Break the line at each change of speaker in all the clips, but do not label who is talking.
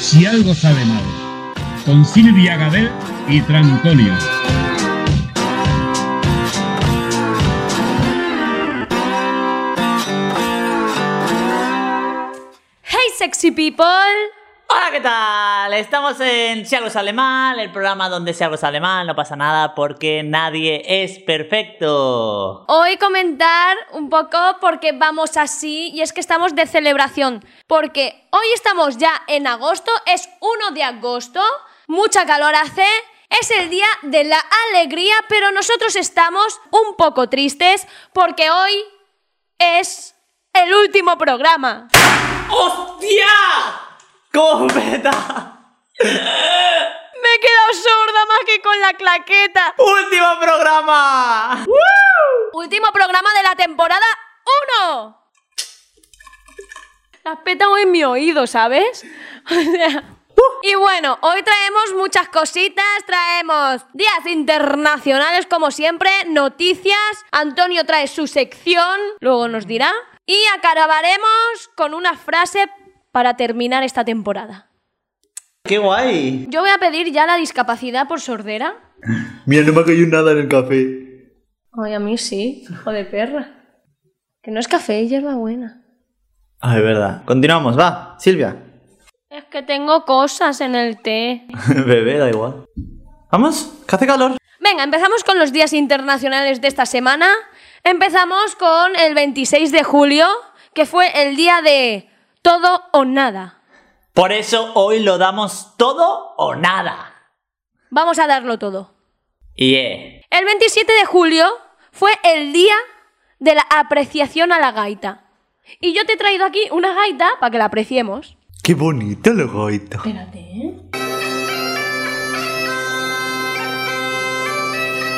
Si algo sabe mal, con Silvia Gadel y Trancolio.
Hey sexy people.
Hola, ¿qué tal? Estamos en Si algo sale mal, el programa donde si algo sale mal no pasa nada porque nadie es perfecto.
Hoy comentar un poco porque vamos así y es que estamos de celebración. Porque hoy estamos ya en agosto, es 1 de agosto, mucha calor hace, es el día de la alegría, pero nosotros estamos un poco tristes porque hoy es el último programa.
¡Hostia! ¡Copeta!
Me he quedado sorda más que con la claqueta.
¡Último programa!
Último programa de la temporada 1. Las petado en mi oído, ¿sabes? O sea, Y bueno, hoy traemos muchas cositas, traemos días internacionales como siempre, noticias, Antonio trae su sección, luego nos dirá, y acabaremos con una frase para terminar esta temporada.
¡Qué guay!
Yo voy a pedir ya la discapacidad por sordera.
Mira, no me ha caído nada en el café.
Ay, a mí sí, hijo de perra. Que no es café, es buena.
Ah, es verdad. Continuamos, va, Silvia.
Es que tengo cosas en el té.
Bebé, da igual. ¿Vamos? ¿Que hace calor?
Venga, empezamos con los días internacionales de esta semana. Empezamos con el 26 de julio, que fue el día de todo o nada.
Por eso hoy lo damos todo o nada.
Vamos a darlo todo.
Yeah.
El 27 de julio fue el día de la apreciación a la gaita. Y yo te he traído aquí una gaita para que la apreciemos. ¿eh?
Qué bonito el gaita.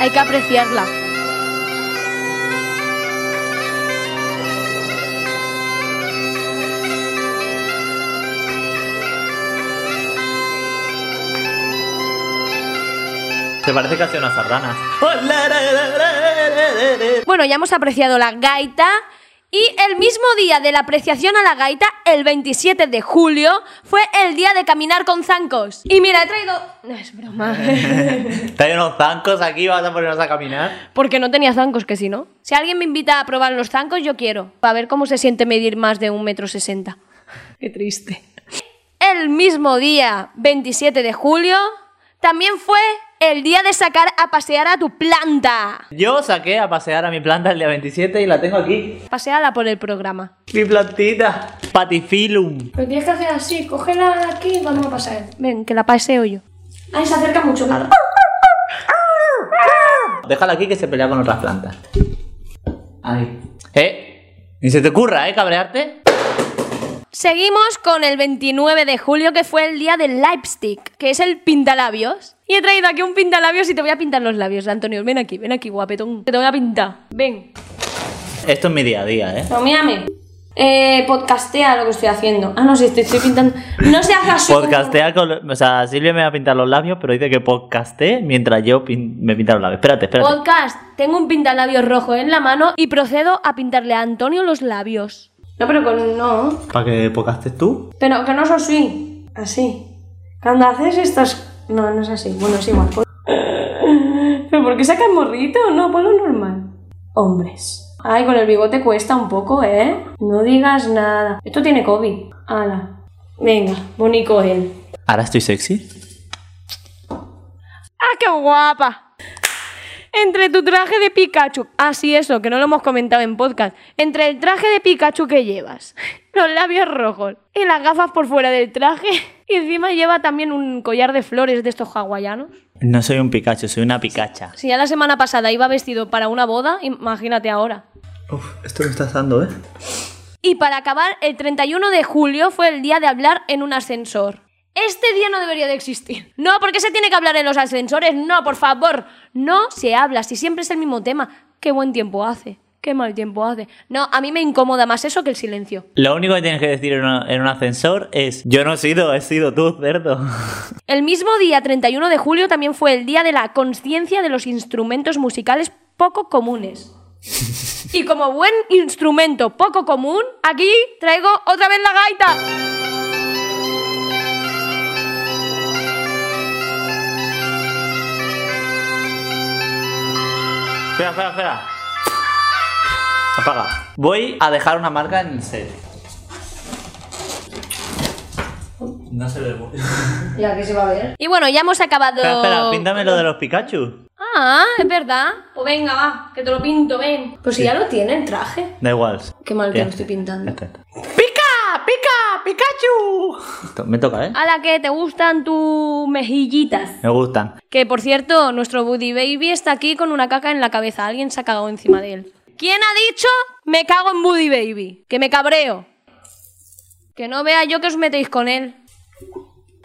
Hay que apreciarla.
Se parece casi a unas sardanas.
Bueno, ya hemos apreciado la gaita. Y el mismo día de la apreciación a la gaita, el 27 de julio, fue el día de caminar con zancos. Y mira, he traído... No es broma.
Trae unos zancos aquí, vas a ponernos a caminar.
Porque no tenía zancos, que si no. Si alguien me invita a probar los zancos, yo quiero. Para ver cómo se siente medir más de un metro sesenta. Qué triste. El mismo día, 27 de julio, también fue el día de sacar a pasear a tu planta.
Yo saqué a pasear a mi planta el día 27 y la tengo aquí.
Paseala por el programa.
Mi plantita. Patifilum.
Pero tienes que hacer así, cógela de aquí y vamos a pasar.
Ven, que la paseo yo.
Ahí se acerca mucho. mira.
Déjala aquí que se pelea con otras plantas. Ahí. ¿Eh? Ni se te ocurra, ¿eh? Cabrearte.
Seguimos con el 29 de julio, que fue el día del lipstick, que es el pintalabios. Y he traído aquí un pintalabios y te voy a pintar los labios, Antonio. Ven aquí, ven aquí, guapetón. Que te voy a pintar. Ven.
Esto es mi día a día, ¿eh?
No, mírame. Eh, podcastea lo que estoy haciendo. Ah, no, sí, estoy, estoy pintando. No se hace así.
Podcastea con... O sea, Silvia me va a pintar los labios, pero dice que podcasté mientras yo pin- me pinta los labios. Espérate, espérate.
Podcast. Tengo un pintalabios rojo en la mano y procedo a pintarle a Antonio los labios.
No, pero con. No.
¿Para que podcastes tú?
Pero que no es así. Así. Cuando haces estas. No, no es así. Bueno, es igual. Pon- Pero ¿por qué sacas morrito? No, ponlo normal. Hombres. Ay, con el bigote cuesta un poco, ¿eh? No digas nada. Esto tiene COVID. Ala. Venga, bonico él.
¿Ahora estoy sexy?
¡Ah, qué guapa! Entre tu traje de Pikachu. Ah, sí, eso, que no lo hemos comentado en podcast. Entre el traje de Pikachu que llevas, los labios rojos y las gafas por fuera del traje. Y encima lleva también un collar de flores de estos hawaianos.
No soy un Pikachu, soy una Pikacha.
Si ya la semana pasada iba vestido para una boda, imagínate ahora.
Uf, esto lo estás dando, ¿eh?
Y para acabar, el 31 de julio fue el día de hablar en un ascensor. Este día no debería de existir. No, porque se tiene que hablar en los ascensores. No, por favor. No se habla, si siempre es el mismo tema. Qué buen tiempo hace. Qué mal tiempo hace. No, a mí me incomoda más eso que el silencio.
Lo único que tienes que decir en, una- en un ascensor es: Yo no he sido, he sido tú, cerdo.
El mismo día, 31 de julio, también fue el día de la conciencia de los instrumentos musicales poco comunes. Y como buen instrumento poco común, aquí traigo otra vez la gaita.
Espera, espera, espera. Apaga. Voy a dejar una marca en serio. No se ve mucho.
Ya que se va a ver.
Y bueno, ya hemos acabado.
Espera, espera, píntame lo de los Pikachu.
Ah, es verdad.
Pues venga, va, que te lo pinto, ven. Pues si ya lo tiene el traje.
Da igual.
Qué mal que
Bien.
lo estoy pintando.
Este, este. ¡Pica! ¡Pica! ¡Pikachu! Esto Me toca, ¿eh?
A la que te gustan tus mejillitas.
Me gustan.
Que por cierto, nuestro Buddy Baby está aquí con una caca en la cabeza. Alguien se ha cagado encima de él. ¿Quién ha dicho me cago en Buddy Baby? Que me cabreo. Que no vea yo que os metéis con él.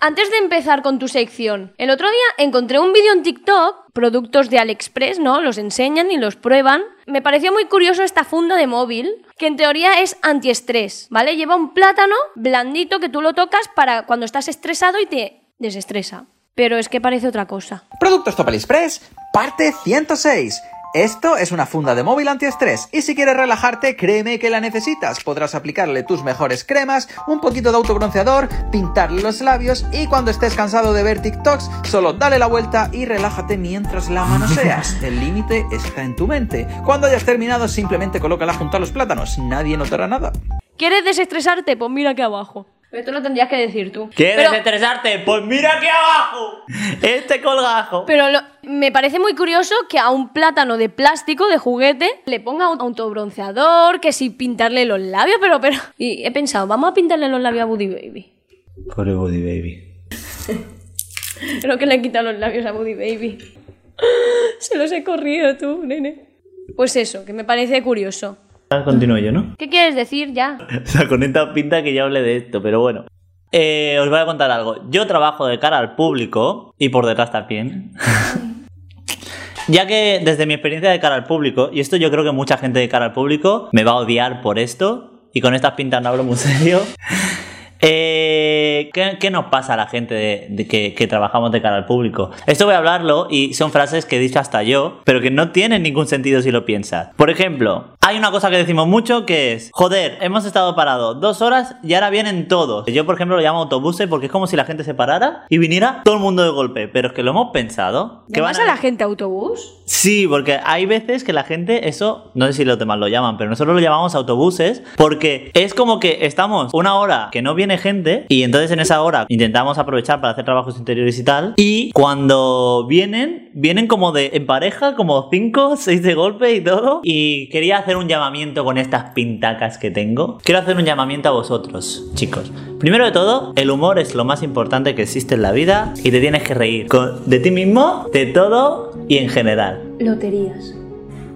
Antes de empezar con tu sección, el otro día encontré un vídeo en TikTok, productos de AliExpress, ¿no? Los enseñan y los prueban. Me pareció muy curioso esta funda de móvil, que en teoría es antiestrés, ¿vale? Lleva un plátano blandito que tú lo tocas para cuando estás estresado y te desestresa. Pero es que parece otra cosa.
Productos Top Express, parte 106. Esto es una funda de móvil antiestrés y si quieres relajarte, créeme que la necesitas. Podrás aplicarle tus mejores cremas, un poquito de autobronceador, pintarle los labios y cuando estés cansado de ver TikToks, solo dale la vuelta y relájate mientras la manoseas. El límite está en tu mente. Cuando hayas terminado, simplemente colócala junto a los plátanos. Nadie notará nada.
¿Quieres desestresarte? Pues mira aquí abajo. Pero esto lo tendrías que decir tú.
¿Quieres
Pero-
estresarte? Pues mira aquí abajo. Este colgajo.
Pero lo- me parece muy curioso que a un plátano de plástico, de juguete, le ponga un autobronceador, que si pintarle los labios, pero, pero... Y he pensado, vamos a pintarle los labios a Buddy Baby.
Pobre Buddy Baby.
Creo que le he quitado los labios a Buddy Baby. Se los he corrido tú, nene. Pues eso, que me parece curioso.
Ah, Continúo yo, ¿no?
¿Qué quieres decir ya?
O sea, con esta pinta que ya hablé de esto, pero bueno. Eh, os voy a contar algo. Yo trabajo de cara al público y por detrás también. ya que desde mi experiencia de cara al público, y esto yo creo que mucha gente de cara al público me va a odiar por esto, y con estas pintas no hablo muy serio. Eh, ¿qué, qué nos pasa a la gente de, de que, que trabajamos de cara al público? Esto voy a hablarlo y son frases que he dicho hasta yo, pero que no tienen ningún sentido si lo piensas. Por ejemplo, hay una cosa que decimos mucho que es, joder, hemos estado parados dos horas y ahora vienen todos. Yo, por ejemplo, lo llamo autobuses porque es como si la gente se parara y viniera todo el mundo de golpe, pero es que lo hemos pensado. que
¿Llamas a la gente autobús?
Sí, porque hay veces que la gente, eso, no sé si los demás lo llaman, pero nosotros lo llamamos autobuses, porque es como que estamos una hora que no viene gente, y entonces en esa hora intentamos aprovechar para hacer trabajos interiores y tal, y cuando vienen, vienen como de en pareja, como cinco, seis de golpe y todo, y quería hacer un llamamiento con estas pintacas que tengo. Quiero hacer un llamamiento a vosotros, chicos. Primero de todo, el humor es lo más importante que existe en la vida y te tienes que reír con- de ti mismo, de todo y en general.
Loterías.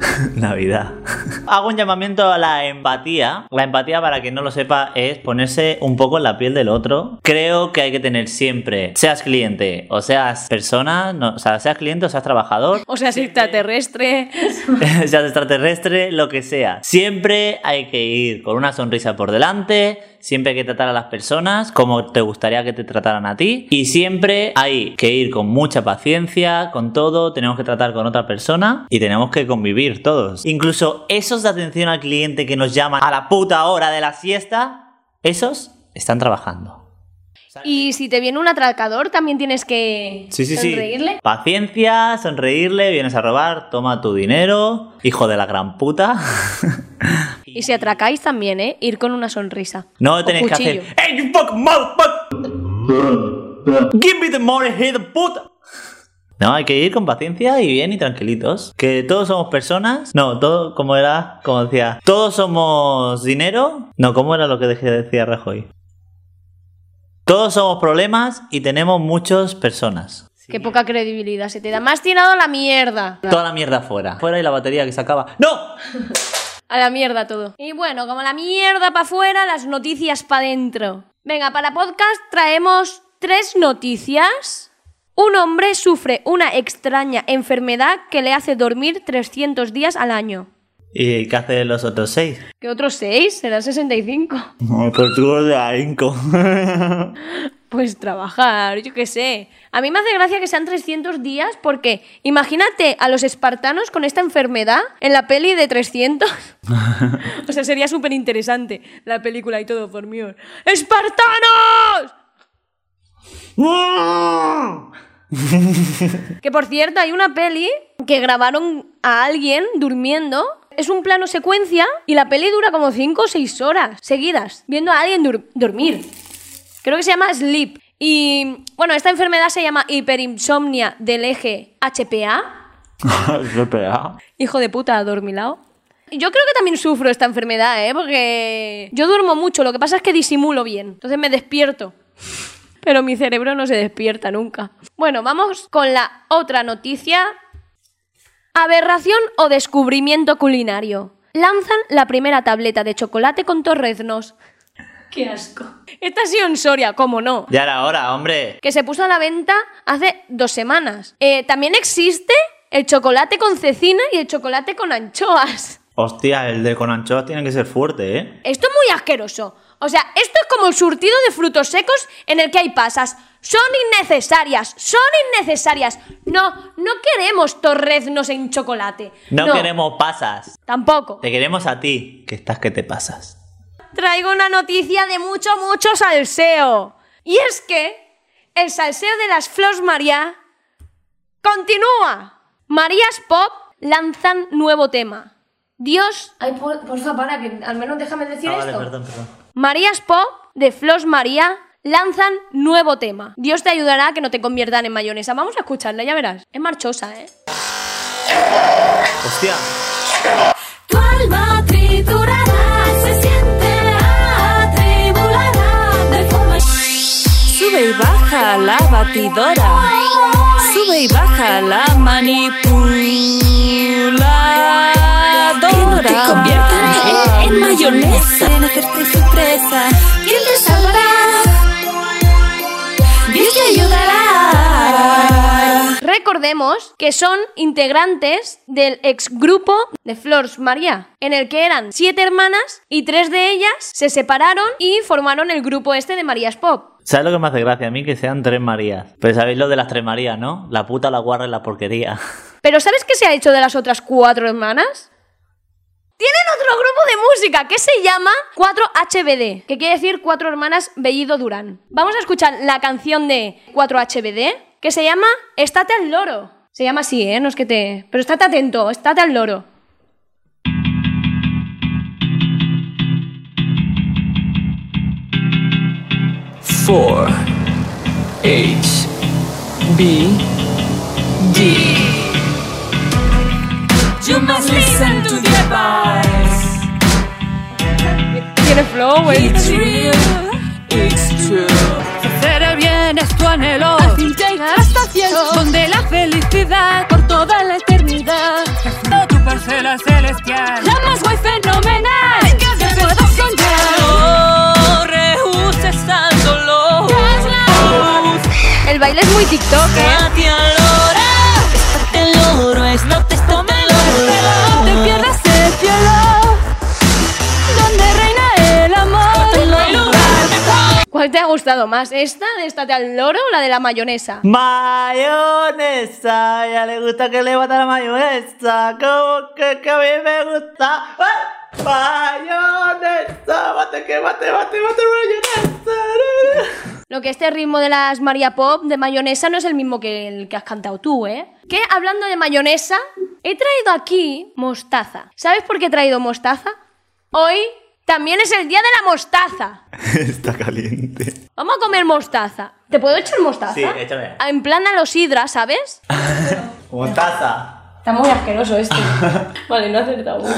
Navidad. Hago un llamamiento a la empatía. La empatía, para quien no lo sepa, es ponerse un poco en la piel del otro. Creo que hay que tener siempre, seas cliente o seas persona, no, o sea, seas cliente o seas trabajador,
O sea, si extraterrestre.
seas extraterrestre, lo que sea. Siempre hay que ir con una sonrisa por delante, siempre hay que tratar a las personas como te gustaría que te trataran a ti y siempre hay que ir con mucha paciencia, con todo, tenemos que tratar con otra persona y tenemos que convivir todos. Incluso esos de atención al cliente que nos llaman a la puta hora de la siesta, esos están trabajando.
Y si te viene un atracador, también tienes que...
Sí, sí, sí.
sonreírle.
Paciencia, sonreírle, vienes a robar, toma tu dinero, hijo de la gran puta.
Y si atracáis también, ¿eh? Ir con una sonrisa.
No
O
tenéis que
cuchillo.
hacer. ¡Hey, you fuck, motherfucker! ¡Give me the money, here, the puta! No, hay que ir con paciencia y bien y tranquilitos. Que todos somos personas. No, todo, como era, como decía, todos somos dinero. No, ¿cómo era lo que dejé- decía Rajoy? Todos somos problemas y tenemos muchas personas.
Qué poca credibilidad se te da. Más tirado a la mierda.
Toda la mierda fuera. Fuera y la batería que se acaba. ¡No!
A la mierda todo. Y bueno, como la mierda para afuera, las noticias para dentro. Venga, para podcast traemos tres noticias. Un hombre sufre una extraña enfermedad que le hace dormir 300 días al año.
¿Y qué hacen los otros seis?
¿Qué otros seis? Serán 65.
No, tortugas de ahínco.
Pues trabajar, yo qué sé. A mí me hace gracia que sean 300 días porque imagínate a los espartanos con esta enfermedad en la peli de 300. o sea, sería súper interesante la película y todo, por mí. ¡Espartanos! Que por cierto, hay una peli porque grabaron a alguien durmiendo. Es un plano secuencia y la peli dura como 5 o 6 horas seguidas, viendo a alguien dur- dormir. Creo que se llama sleep. Y bueno, esta enfermedad se llama hiperinsomnia del eje HPA.
Espera.
Hijo de puta, adormilado. Yo creo que también sufro esta enfermedad, ¿eh? Porque yo duermo mucho, lo que pasa es que disimulo bien. Entonces me despierto. Pero mi cerebro no se despierta nunca. Bueno, vamos con la otra noticia. Aberración o descubrimiento culinario. Lanzan la primera tableta de chocolate con torreznos. Qué asco. Esta ha sido en Soria, ¿cómo no?
Ya era hora, hombre.
que se puso a la venta hace dos semanas. Eh, también existe el chocolate con cecina y el chocolate con anchoas.
Hostia, el de con anchoas tiene que ser fuerte, ¿eh?
Esto es muy asqueroso. O sea, esto es como el surtido de frutos secos en el que hay pasas. Son innecesarias, son innecesarias. No, no queremos torreznos en chocolate.
No, queremos Eh. pasas.
Tampoco.
Te queremos a ti, que estás que te pasas.
Traigo una noticia de mucho, mucho salseo. Y es que el salseo de las Flores María continúa. Marías Pop lanzan nuevo tema. Dios. Ay, por, porfa, para, que al menos déjame decir
Ah, vale, perdón, perdón.
Marías Pop de Flos María lanzan nuevo tema. Dios te ayudará a que no te conviertan en mayonesa. Vamos a escucharla, ya verás. Es marchosa, ¿eh?
Hostia.
Tu alma triturará, se siente atribulada de forma
Sube y baja la batidora. Sube y baja la manipuladora.
Que no te conviertan en- en mayonesa.
En hacerte sorpresa.
¿Quién te salvará? Dios te ayudará.
Recordemos que son integrantes del ex grupo de Flores María, en el que eran siete hermanas y tres de ellas se separaron y formaron el grupo este de Marías Pop.
¿Sabes lo que me hace gracia a mí? Que sean tres Marías. Pero sabéis lo de las tres Marías, ¿no? La puta, la guarra y la porquería.
Pero ¿sabes qué se ha hecho de las otras cuatro hermanas? Tienen otro grupo de música que se llama 4HBD, que quiere decir Cuatro Hermanas Bellido Durán. Vamos a escuchar la canción de 4HBD, que se llama Estate al loro. Se llama así, ¿eh? No es que te... Pero estate atento, estate al loro.
four H B D. You must listen to the advice.
Tiene flow, ¿eh? güey.
It's real, it's true.
Hacer el bien es tu anhelo. Al fin llegar hasta cielo. Donde la felicidad por toda la eternidad. Haciendo tu parcela celestial. La más guay fenomenal. que puedo soñar. No rehuses al dolor.
El baile es muy TikTok, ¿eh?
Te el oro es no te No te pierdas el cielo donde reina el amor. No hay lugar
¿Cuál te ha gustado más? ¿Esta de Estate al Loro o la de la mayonesa?
Mayonesa, ya le gusta que le bata la mayonesa, como que, que a mí me gusta. ¡Ah! Mayonesa, bate que bate, bate, bate mayonesa.
Lo que este ritmo de las María Pop de mayonesa no es el mismo que el que has cantado tú, ¿eh? Que hablando de mayonesa, he traído aquí mostaza. ¿Sabes por qué he traído mostaza? Hoy también es el día de la mostaza.
Está caliente.
Vamos a comer mostaza. ¿Te puedo echar mostaza?
Sí, échame.
En plan a los hidras, ¿sabes?
Mostaza.
Está muy asqueroso
este.
esto. vale, no he acertado. ¡Ay,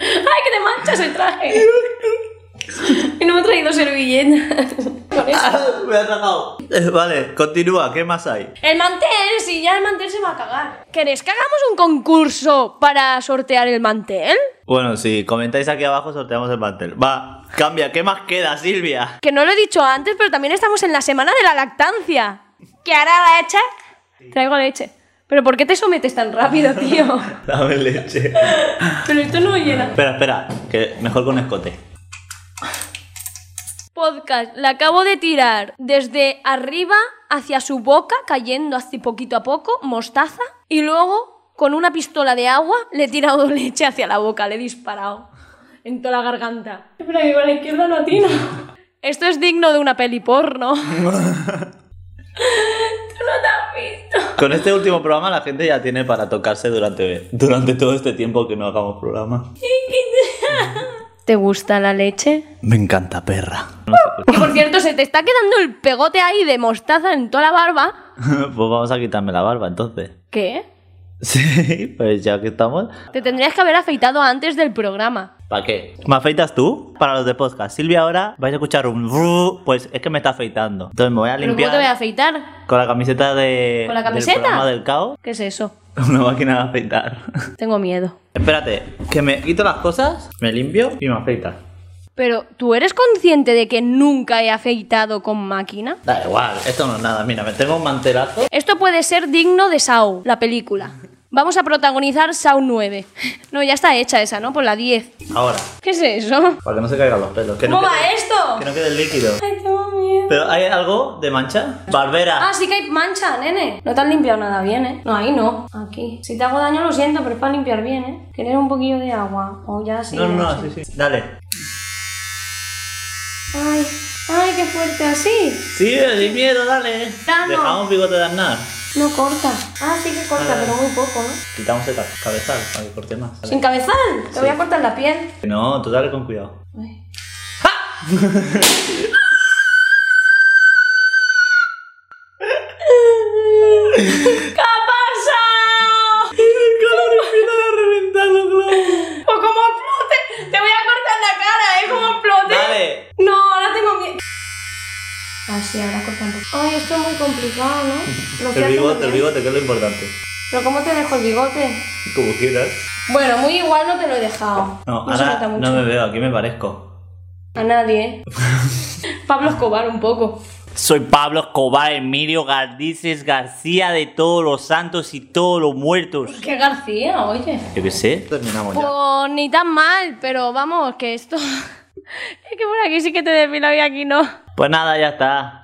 que te manchas el traje! y no me he traído servilletas. Con eso.
Me ha tragado. Eh, Vale, continúa, ¿qué más hay?
El mantel, si ya el mantel se va a cagar. ¿Queréis que hagamos un concurso para sortear el mantel?
Bueno, si comentáis aquí abajo, sorteamos el mantel. Va, cambia, ¿qué más queda, Silvia?
Que no lo he dicho antes, pero también estamos en la semana de la lactancia. ¿Qué hará leche? Traigo leche. ¿Pero por qué te sometes tan rápido, tío?
Dame leche.
pero esto no llena.
espera, espera, que mejor con escote.
Podcast, la acabo de tirar desde arriba hacia su boca, cayendo así poquito a poco, mostaza, y luego con una pistola de agua le he tirado leche hacia la boca, le he disparado en toda la garganta.
Espera, que con la izquierda no atino.
Esto es digno de una peli porno.
no te has visto.
Con este último programa la gente ya tiene para tocarse durante, durante todo este tiempo que no hagamos programa.
¿Te gusta la leche?
Me encanta, perra.
Que por cierto, se te está quedando el pegote ahí de mostaza en toda la barba.
pues vamos a quitarme la barba entonces.
¿Qué?
Sí, pues ya que estamos.
Te tendrías que haber afeitado antes del programa.
¿Para qué? ¿Me afeitas tú? Para los de podcast. Silvia ahora vais a escuchar un... brrr, Pues es que me está afeitando. Entonces me voy a
¿Pero cómo te voy a
limpiar
afeitar?
con la camiseta de...
¿Con la camiseta?
Del programa del caos.
¿Qué es eso?
Una máquina de afeitar.
Tengo miedo.
Espérate, que me quito las cosas, me limpio y me afeitas.
Pero, ¿tú eres consciente de que nunca he afeitado con máquina?
Da igual, esto no es nada. Mira, me tengo un mantelazo.
Esto puede ser digno de Sao, la película. Vamos a protagonizar Sao 9. No, ya está hecha esa, ¿no? Por la 10.
Ahora,
¿Qué es eso?
para que no se caigan los pelos. Que no
¿Cómo va
quede-
esto?
Que no quede el líquido.
Ay, tengo miedo.
¿Pero hay algo de mancha? Barbera.
Ah, sí que hay mancha, nene. No te has limpiado nada bien, ¿eh? No, ahí no. Aquí. Si te hago daño, lo siento, pero es para limpiar bien, ¿eh? Tener un poquillo de agua. O ya sí.
no, no,
ya
no,
sí.
sí, sí. Dale.
Ay, ay, qué fuerte, así.
Sí, sin miedo, dale.
Dano.
Dejamos bigote de Aznar.
No corta. Ah, sí que corta,
Ah.
pero muy poco, ¿no?
Quitamos el ca- cabezal para que corte más. Dale.
Sin cabezal. Te voy a cortar la piel.
No, tú dale con cuidado.
¿Qué ha pasado?
El calor empieza a reventar los globos.
O como explote. Te voy a cortar la cara, ¿eh? Como explote.
Dale.
No, ahora tengo miedo. Ah, sí, ahora corta un poco. Ay, esto es muy complicado, ¿no?
El
Lo estoy haciendo
bigote, el
bien.
bigote, que es lo importante.
Pero ¿cómo te dejo el bigote?
Como quieras.
Bueno, muy igual no te lo he dejado.
No,
se
ahora
nota mucho.
no me veo, aquí me parezco.
A nadie, ¿eh? Pablo Escobar un poco.
Soy Pablo Escobar, Emilio Gardices García de todos los santos y todos los muertos.
Qué García, oye.
Yo qué sé. Terminamos ya.
Pues ni tan mal, pero vamos, que esto... es que por aquí sí que te depilado y aquí no.
Pues nada, ya está.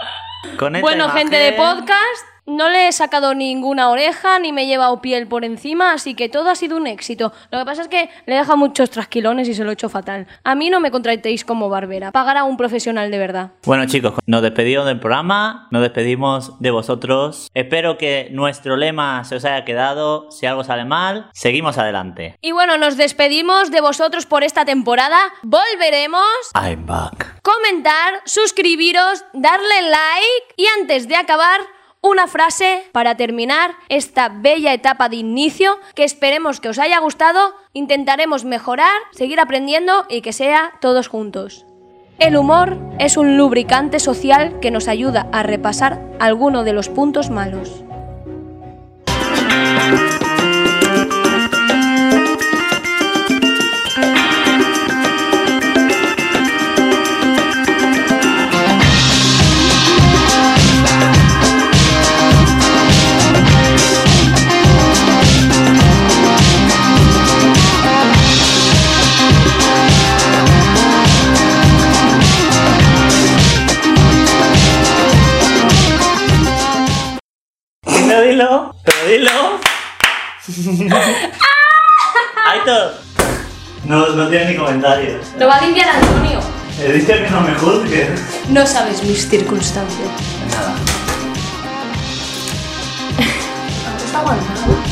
Con esta
Bueno,
imagen-
gente de podcast, no le he sacado ninguna oreja ni me he llevado piel por encima, así que todo ha sido un éxito. Lo que pasa es que le he dejado muchos trasquilones y se lo he hecho fatal. A mí no me contratéis como barbera, pagar a un profesional de verdad.
Bueno chicos, nos despedimos del programa, nos despedimos de vosotros. Espero que nuestro lema se os haya quedado. Si algo sale mal, seguimos adelante.
Y bueno, nos despedimos de vosotros por esta temporada. Volveremos.
I'm back.
Comentar, suscribiros, darle like y antes de acabar, una frase para terminar esta bella etapa de inicio que esperemos que os haya gustado. Intentaremos mejorar, seguir aprendiendo y que sea todos juntos. El humor es un lubricante social que nos ayuda a repasar alguno de los puntos malos.
Dilo, dilo, pero dilo. Aitor. No, no tiene ni comentarios.
Lo va a limpiar Antonio.
He dicho que no me juzgues.
No sabes mis circunstancias.
Nada.
Está aguantado.